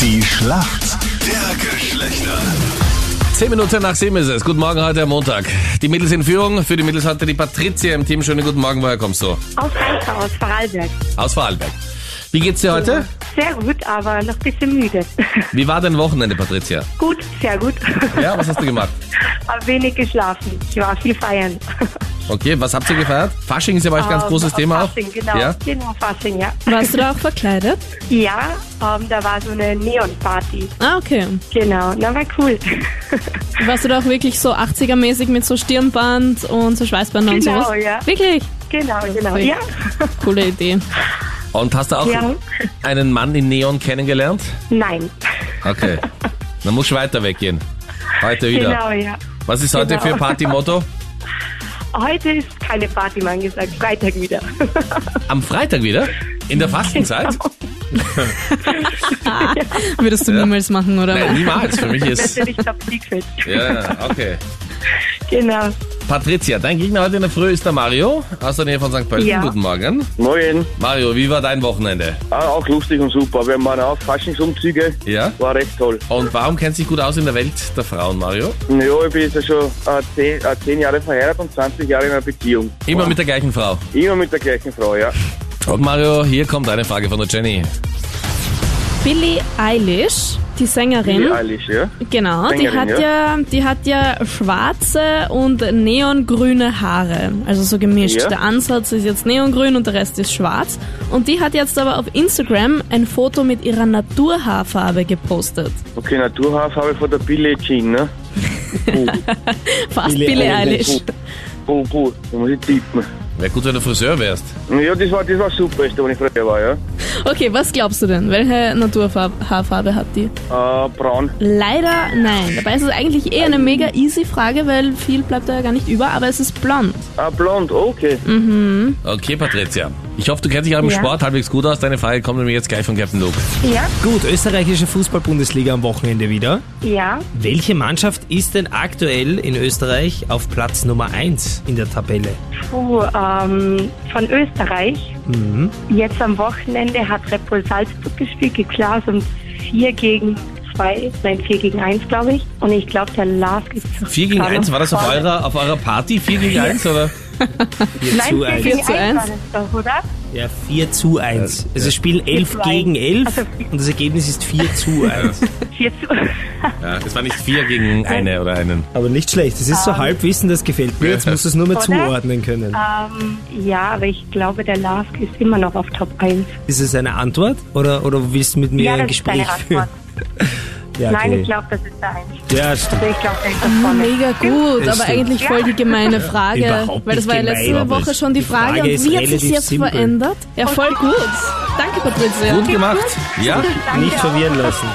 Die Schlacht der Geschlechter. Zehn Minuten nach sieben ist es. Guten Morgen heute am Montag. Die Mädels in Führung. Für die Mädels hatte die Patricia im Team. Schönen guten Morgen, woher kommst du? Aus Alter, aus Vorarlberg. Aus Vorarlberg. Wie geht's dir heute? Sehr gut, aber noch ein bisschen müde. Wie war dein Wochenende, Patricia? gut, sehr gut. Ja, was hast du gemacht? Hab wenig geschlafen. Ich war viel feiern. Okay, was habt ihr gefeiert? Fasching ist ja bei euch ein ganz Ähm, großes auf Thema auch. Fasching, Genau, Ja? genau, Fasching, ja. Warst du da auch verkleidet? Ja, ähm, da war so eine Neon-Party. Ah, okay. Genau, na war cool. Warst du da auch wirklich so 80er-mäßig mit so Stirnband und so Schweißbändern Genau, und sowas? ja. Wirklich? genau, genau. Voll. Ja, Coole Idee. Und hast du auch Ja. einen Mann in Neon kennengelernt? nein. Okay. Dann musst du weiter weggehen. Heute wieder. Genau, ja. Was ist heute Genau. für Partymotto? Heute ist keine Party, man gesagt. Freitag wieder. Am Freitag wieder? In der Fastenzeit? Genau. Würdest du niemals machen, oder? Nein, niemals. Für mich ist. Natürlich top Secret. Ja, okay. Genau. Patricia, dein Gegner heute in der Früh ist der Mario aus der Nähe von St. Pölten. Ja. Guten Morgen. Moin. Mario, wie war dein Wochenende? Ah, auch lustig und super. Wir waren auch Faschingsumzüge. Ja. War recht toll. Und warum kennst du dich gut aus in der Welt der Frauen, Mario? Ja, ich bin jetzt ja schon äh, zehn, äh, zehn Jahre verheiratet und 20 Jahre in einer Beziehung. Immer mit der gleichen Frau. Immer mit der gleichen Frau, ja. Und Mario, hier kommt eine Frage von der Jenny. Billie Eilish, die Sängerin, Die Eilish, ja. genau, die Sängerin, hat ja. ja. die hat ja schwarze und neongrüne Haare, also so gemischt. Ja. Der Ansatz ist jetzt neongrün und der Rest ist schwarz. Und die hat jetzt aber auf Instagram ein Foto mit ihrer Naturhaarfarbe gepostet. Okay, Naturhaarfarbe von der Billie Jean, ne? Fast Billie, Eilish. Buh, buh, da muss ich tippen. Wäre gut, wenn du Friseur wärst. Ja, das war, das war super, als ich früher war, ja. Okay, was glaubst du denn? Welche Naturhaarfarbe hat die? Äh, braun. Leider nein. Dabei ist es eigentlich eher eine mega easy Frage, weil viel bleibt da ja gar nicht über, aber es ist blond. Ah, blond, okay. Okay, Patricia. Ich hoffe, du kennst dich auch im Ja. Sport halbwegs gut aus. Deine Frage kommt nämlich jetzt gleich von Captain Luke. Ja, Gut, österreichische Fußball-Bundesliga am Wochenende wieder. ja. Welche Mannschaft ist denn aktuell in Österreich auf Platz Nummer 1 in der Tabelle? Puh, ähm, von Österreich. Jetzt am Wochenende hat Red Bull Salzburg gespielt, gegen Klaas um 4 gegen 2, nein, 4 gegen 1, glaube ich. Und ich glaube, der Lars ist zu 4 gegen 1, war das auf eurer, auf eurer Party? 4 gegen 1, oder? 4 Nein, zu 4 1. gegen 1 zu war 1. das doch, oder? Ja, 4 zu 1. Also es spielen 11 zu gegen 11 Also- und das Ergebnis ist 4 zu 1. 4 zu Ja, es war nicht 4 gegen Äh, eine oder einen. Aber nicht schlecht, das ist so Halbwissen, das gefällt mir. Jetzt musst du es nur mehr Ähm, Oder? zuordnen können. ähm, Ja, aber ich glaube, der Lars ist immer noch auf Top 1. Ist es eine Antwort oder, oder willst du mit mir ja, ein das ist deine Gespräch führen? Antwort. Ja, Nein, okay. ich glaube, das ist der 1. Ja, stimmt. Also ich glaube, der ist da vorne. Mega gut, Das aber stimmt. eigentlich voll die gemeine Frage, Überhaupt weil das nicht war ja letzte gemein. Woche schon die Die Frage, Frage und ist wie hat sich relativ jetzt simpel. verändert? Ja, voll gut. Danke, Patricia. Gut gemacht. Ja? Nicht verwirren lassen.